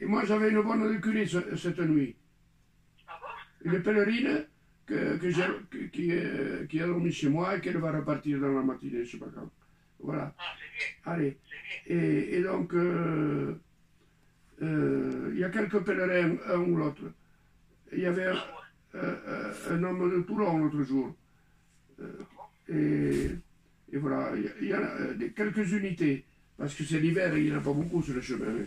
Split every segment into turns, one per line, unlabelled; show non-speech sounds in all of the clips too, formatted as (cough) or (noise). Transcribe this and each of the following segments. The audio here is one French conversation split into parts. Et moi, j'avais une bonne reculée ce- cette nuit.
Ah bon
Une pèlerine que, que j'ai, que- qui, euh, qui est dormie chez moi et qu'elle va repartir dans la matinée, je sais pas quand. Voilà.
Ah, c'est bien,
Allez.
c'est bien.
Et, et donc, euh, euh, il y a quelques pèlerins, un ou l'autre. Il y avait un,
Ah, ouais.
euh, un homme de Toulon l'autre jour. Euh, et, et voilà, il y a- il y, en a euh, des- quelques unités, parce que c'est l'hiver et il n'y en a pas beaucoup sur le chemin. hein.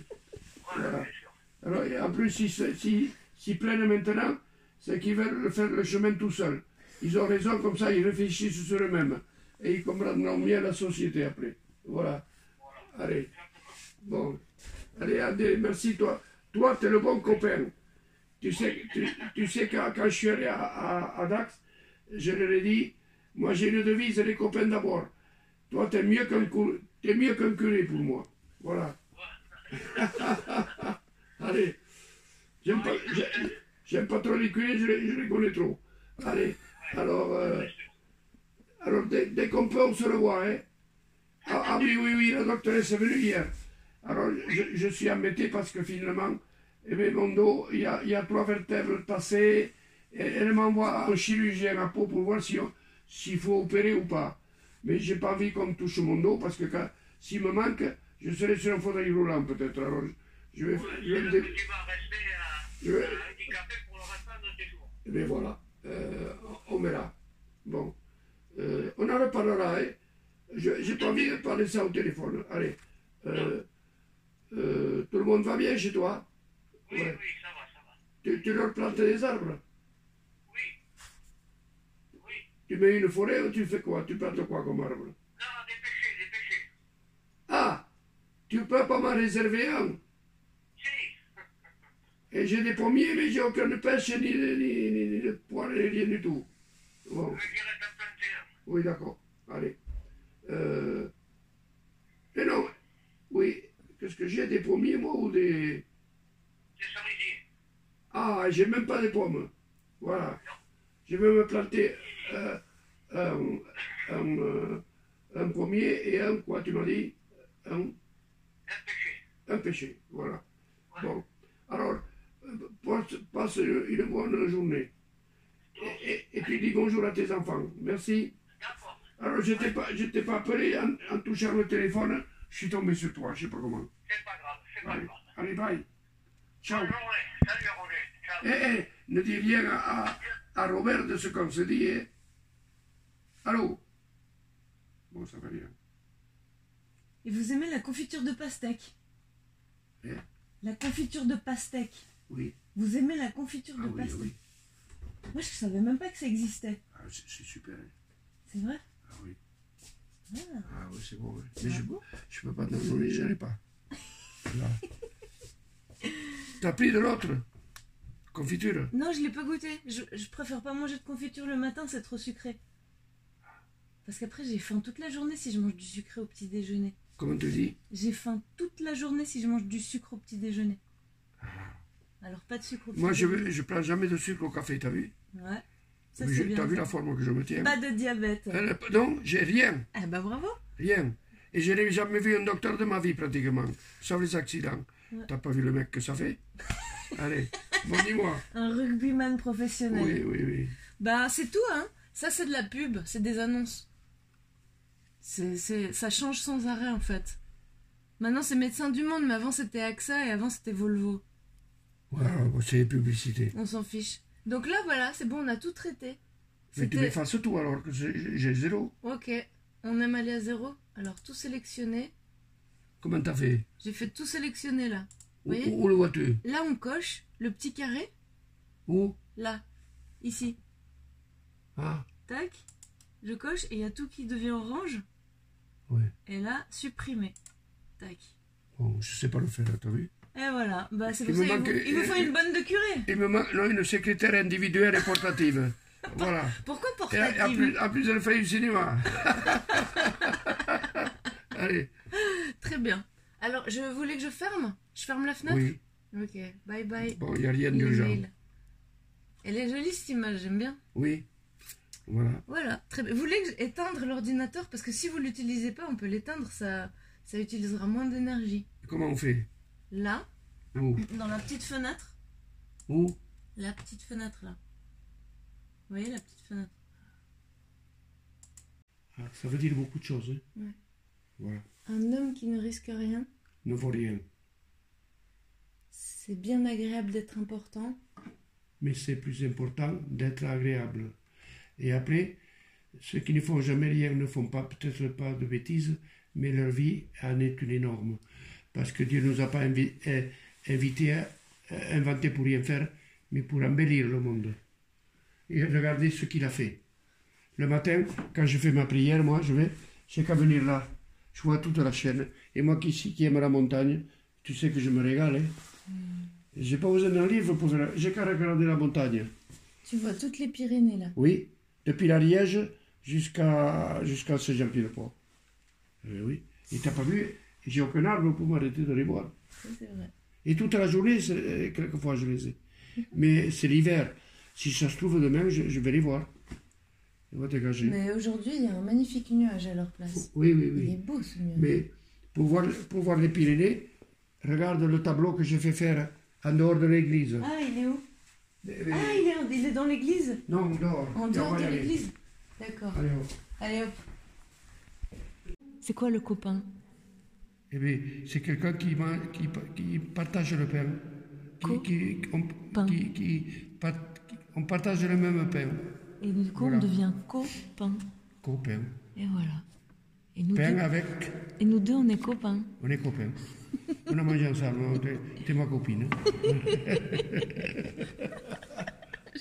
Voilà,
Voilà.
bien sûr.
Alors, et en plus, si, si, si pleine maintenant, c'est qu'ils veulent faire le chemin tout seuls. Ils ont raison, comme ça, ils réfléchissent sur eux-mêmes. Et ils comprendront mieux la société après. Voilà. Allez. Bon. Allez, Adé, merci toi. Toi, t'es le bon copain. Tu sais, tu, tu sais quand, quand je suis allé à, à- à Dax, je leur ai dit, moi j'ai une devise, les copains d'abord. Toi, t'es mieux qu'un cou- t'es mieux qu'un curé pour moi. Voilà. Allez. J'aime pas, j'ai- j'aime pas trop les curés, je les, je les connais trop. Allez. Alors, euh, alors dès, dès qu'on peut, on se revoit, hein. Ah, ah oui, oui, oui, la doctoresse est venue hier. Alors, je, je suis embêté parce que finalement, eh bien, mon dos, il y a, il y a trois vertèbres passées. Et elle m'envoie un chirurgien à peau pour voir si on- s'il faut opérer ou pas. Mais j'ai pas envie qu'on me touche mon dos parce que quand- s'il me manque, je serai sur un fauteuil roulant peut-être. Alors, je vais, je vais me dé-
Tu vas rester à,
Je vais-
à handicapé pour le restant de tes jours.
Mais Eh voilà, euh, on verra. Bon, Euh, on en reparlera. Hein. Je j'ai pas envie de parler ça au téléphone. Allez, Euh, euh, tout le monde va bien chez toi
Oui,
Ouais.
oui, ça va, ça va.
tu, tu leur plantes des arbres
Oui. Oui.
Tu mets une forêt ou tu fais quoi Tu plantes quoi comme arbre
Non, dépêchez, dépêchez.
Ah Tu peux pas m'en réserver un
Si.
Et j'ai des pommiers, mais j'ai aucune pêche, ni, ni, ni, ni- ni de poire, ni rien du tout. Bon.
Je me dirais t'en planter un.
Oui, d'accord. Allez. Euh... Mais non, oui. Qu'est-ce que j'ai Des pommiers, moi, ou des...
C'est cerisier.
Ah, j'ai même pas de pommes. Voilà. Je vais me planter euh, un, un, euh, un pommier et un, quoi, tu m'as dit Un,
Dépêchez.
un pêcher. Voilà.
Ouais.
Bon. Alors, euh, passe, passe une, une bonne journée. Et, et- et tu dis bonjour à tes enfants. Merci.
D'accord.
Alors, je t'ai pas, je t'ai pas appelé en, en touchant le téléphone. Je suis tombé sur toi, je sais pas comment.
C'est pas grave, c'est pas
Allez,
grave.
allez bye. Ciao.
Bonne journée. Salut, Roger. Ciao.
Eh, eh, ne dis rien à, à- à Robert de ce qu'on se dit, eh. Allô Bon, ça va bien.
Et vous aimez la confiture de pastèque
Eh
La confiture de pastèque.
Oui.
Vous aimez la confiture
Ah
de
oui,
pastèque
oui.
Moi, je savais même pas que ça existait.
Ah, c'est c'est super. hein.
C'est vrai
Ah oui.
Ah,
Ah oui, c'est bon. hein. Mais je,
ah bon
je peux pas t'en donner, j'en ai pas. Là. T'as pris de l'autre Confiture
Non, je l'ai pas goûté. Je, je préfère pas manger de confiture le matin, c'est trop sucré. Parce qu'après, j'ai faim toute la journée si je mange du sucré au petit déjeuner.
Comment tu dis
J'ai faim toute la journée si je mange du sucre au petit déjeuner. Alors, pas de sucre au petit
Ah. Moi, je
déjeuner.
ne je prends jamais de sucre au café, t'as vu
Ouais, ça
Mais
c'est
je-
bien.
T'as vu la forme que je me tiens
Pas de diabète.
Euh, Non, j'ai rien.
Ah bah bravo
Rien. Et je n'ai jamais vu un docteur de ma vie, pratiquement, sauf les accidents.
Ouais.
T'as pas vu le mec que ça
(laughs)
fait Allez, bon, dis-moi.
Un rugbyman professionnel.
Oui, oui, oui.
Bah, c'est tout, hein. Ça, c'est de la pub, c'est des annonces. C'est, c'est- ça change sans arrêt, en fait. Maintenant, c'est Médecins du Monde, mais avant, c'était AXA et avant, c'était Volvo.
Voilà, bon, c'est publicité.
On s'en fiche. Donc là, voilà, c'est bon, on a tout traité.
Mais tu
C'était-
m'effaces tout alors que j'ai j'ai zéro.
Ok, on aime aller à zéro. Alors, tout sélectionner.
Comment t'as fait
J'ai fait tout sélectionner, là.
Où,
Oui.
où- où le vois-tu
Là, on coche le petit carré,
Où
là, ici.
Ah,
Tac, je coche et il y a tout qui devient orange.
oui.
Et là, supprimer. Tac.
Bon, je sais pas le faire, t'as vu
Et voilà, bah c'est
Il
pour
me
ça qu'il
manque-
vous, il vous faut une bonne de curée.
Il me manque non, une secrétaire individuelle et
(laughs)
portative. voilà.
Pourquoi
Et à, à
portative
plus, à plus, elle fait du cinéma. (laughs) Allez,
Très bien. Alors, je voulais que je ferme Je ferme la fenêtre
oui.
Ok, bye bye.
Bon, il n'y a rien
Le
d'urgent.
mail. Elle est jolie cette image, j'aime bien.
Oui. Voilà.
Voilà, très bien. Vous voulez que j'éteindre l'ordinateur Parce que si vous l'utilisez pas, on peut l'éteindre, ça, ça utilisera moins d'énergie.
Comment on fait
Là,
Où
Dans la petite fenêtre.
Où
La petite fenêtre là. Vous voyez la petite fenêtre
Ah, Ça veut dire beaucoup de choses. hein.
Ouais.
Voilà.
Un homme qui ne risque rien,
Ne vaut rien.
c'est bien agréable d'être important.
Mais c'est plus important d'être agréable. Et après, ceux qui ne font jamais rien ne font pas, peut-être pas de bêtises, mais leur vie en est une énorme. Parce que Dieu ne nous a pas invi- euh, invités à à inventer pour rien faire, mais pour embellir le monde. Et regardez ce qu'il a fait. Le matin, quand je fais ma prière, moi, je vais, j'ai qu'à venir là. Je vois toute la chaîne. Et moi qui, ici, qui aime la montagne, tu sais que je me régale. hein. J'ai pas besoin d'un livre pour faire- J'ai qu'à regarder la montagne.
Tu vois toutes les Pyrénées là.
Oui, depuis la Liège jusqu'à jusqu'à ce jean pierre pont oui. Et t'as pas vu J'ai aucun arbre pour m'arrêter de les voir.
Ça, C'est vrai.
Et toute la journée, c'est- euh, quelquefois, je les ai. Mais c'est l'hiver. Si ça se trouve demain, je, je vais les voir. Je vais dégager.
Mais aujourd'hui, il y a un magnifique nuage à leur place.
Oui, oui,
Il est
oui.
beau ce nuage.
Mais pour voir, pour voir les Pyrénées, regarde le tableau que j'ai fait faire en dehors de l'église.
Ah, il est où
Euh,
Ah, il est, il est dans l'église
Non, en dehors.
En
Tiens, on
dehors
va y
de
aller.
l'église D'accord.
Allez, on-
Allez hop. C'est quoi le copain
Eh bien, c'est quelqu'un qui, man- qui, pa- qui partage le pain.
Co-
Qui, qui- on,
pain.
qui- qui par- qui- on partage le même pain.
Et du coup,
Voilà.
on devient copain.
Copain.
Et voilà. Et nous,
Pain
deux,
avec.
et nous deux, on est copains.
On est
(laughs)
copains. On a mangé ensemble. hein, T'es t'es ma copine.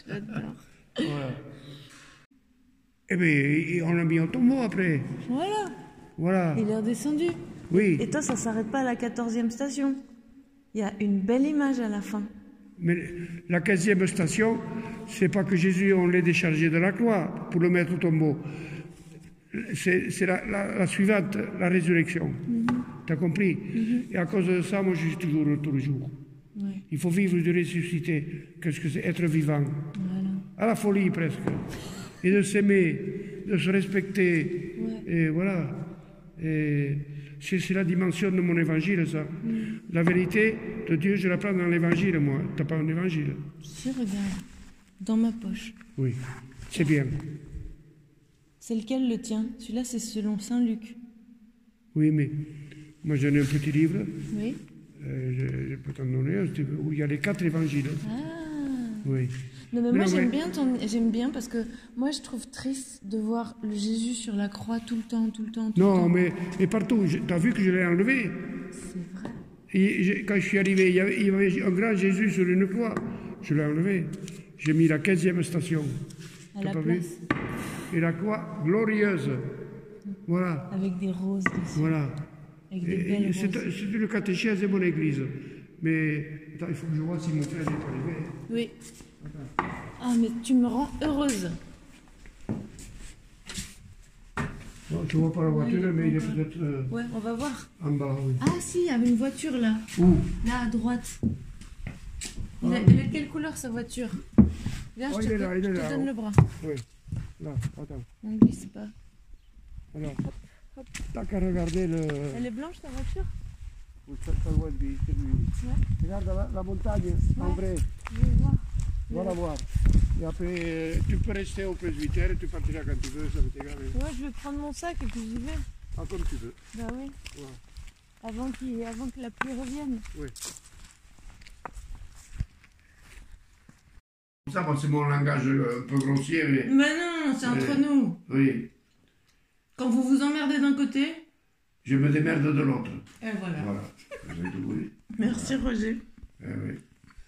J'adore.
Voilà. Eh bien, et on l'a mis au tombeau après.
Voilà,
Voilà.
il est redescendu.
Oui.
Et toi, ça s'arrête pas à la 14e station. Il y a une belle image à la fin.
Mais la 15e station, c'est pas que Jésus, on l'ait déchargé de la croix pour le mettre au tombeau. C'est c'est la, la- la suivante, la résurrection. T'as compris Et à cause de ça, moi, je suis toujours tous les jours.
Ouais,
Il faut vivre du ressuscité. Qu'est-ce que c'est Être vivant.
voilà.
À la folie, presque. Et de s'aimer, de se respecter. Et voilà. Et c'est c'est la dimension de mon évangile, ça. La vérité de Dieu, je la prends dans l'évangile, moi. T'as pas un évangile
Si, regarde, dans ma poche.
oui, c'est bien.
C'est lequel le tien Celui-là, c'est selon Saint Luc.
Oui, mais moi j'en ai un petit livre,
Oui.
euh, je, je peux t'en donner un, si tu veux, où il y a les quatre évangiles. hein.
Ah.
Oui.
Non,
Mais
mais moi,
non,
j'aime
mais-
bien ton... j'aime bien parce que moi, je trouve triste de voir le Jésus sur la croix tout le temps, tout le temps, tout
Non,
le temps.
mais et partout, je- t'as vu que je l'ai enlevé.
C'est vrai.
Et je- quand je suis arrivé, il y, avait, il y avait un grand Jésus sur une croix. Je l'ai enlevé. J'ai mis la 15e station.
À
T'as
la
pas vu
place,
Et la croix glorieuse. Voilà,
avec des roses dessus,
voilà.
avec des
Et-
belles
et C'est
roses.
c'est une catéchèse de mon église. Mais attends, il faut que je vois si mon frère est arrivé.
Oui. Ah, mais tu me rends heureuse.
Non, je vois pas la voiture, mais il est peut-être euh,
Ouais, on va voir.
en bas. oui.
Ah si, il y avait une voiture là,
Où
là à droite. Il a, il est de quelle couleur sa voiture Viens,
Oh,
je
il
te,
est là, il est
je te
là.
donne le bras.
Oui, là, attends.
On glisse pas.
Alors, t'as qu'à regarder le.
Elle est blanche ta voiture
Regarde la, la montagne, en vrai.
Je vais voir.
Va la voir. Et après, euh, tu peux rester au presbytère et tu partiras quand tu veux, ça va t'égarer.
Ouais, je vais prendre mon sac et puis j'y vais.
Ah, comme tu veux.
Bah oui.
Ouais.
Avant, qu'il- avant que la pluie revienne.
Ça, moi, c'est mon langage euh, un peu grossier, mais
Mais non, c'est
entre
nous.
oui,
Quand vous vous emmerdez d'un côté,
je me démerde de l'autre.
et voilà.
Voilà, vous avez compris.
Merci Roger.
Eh oui.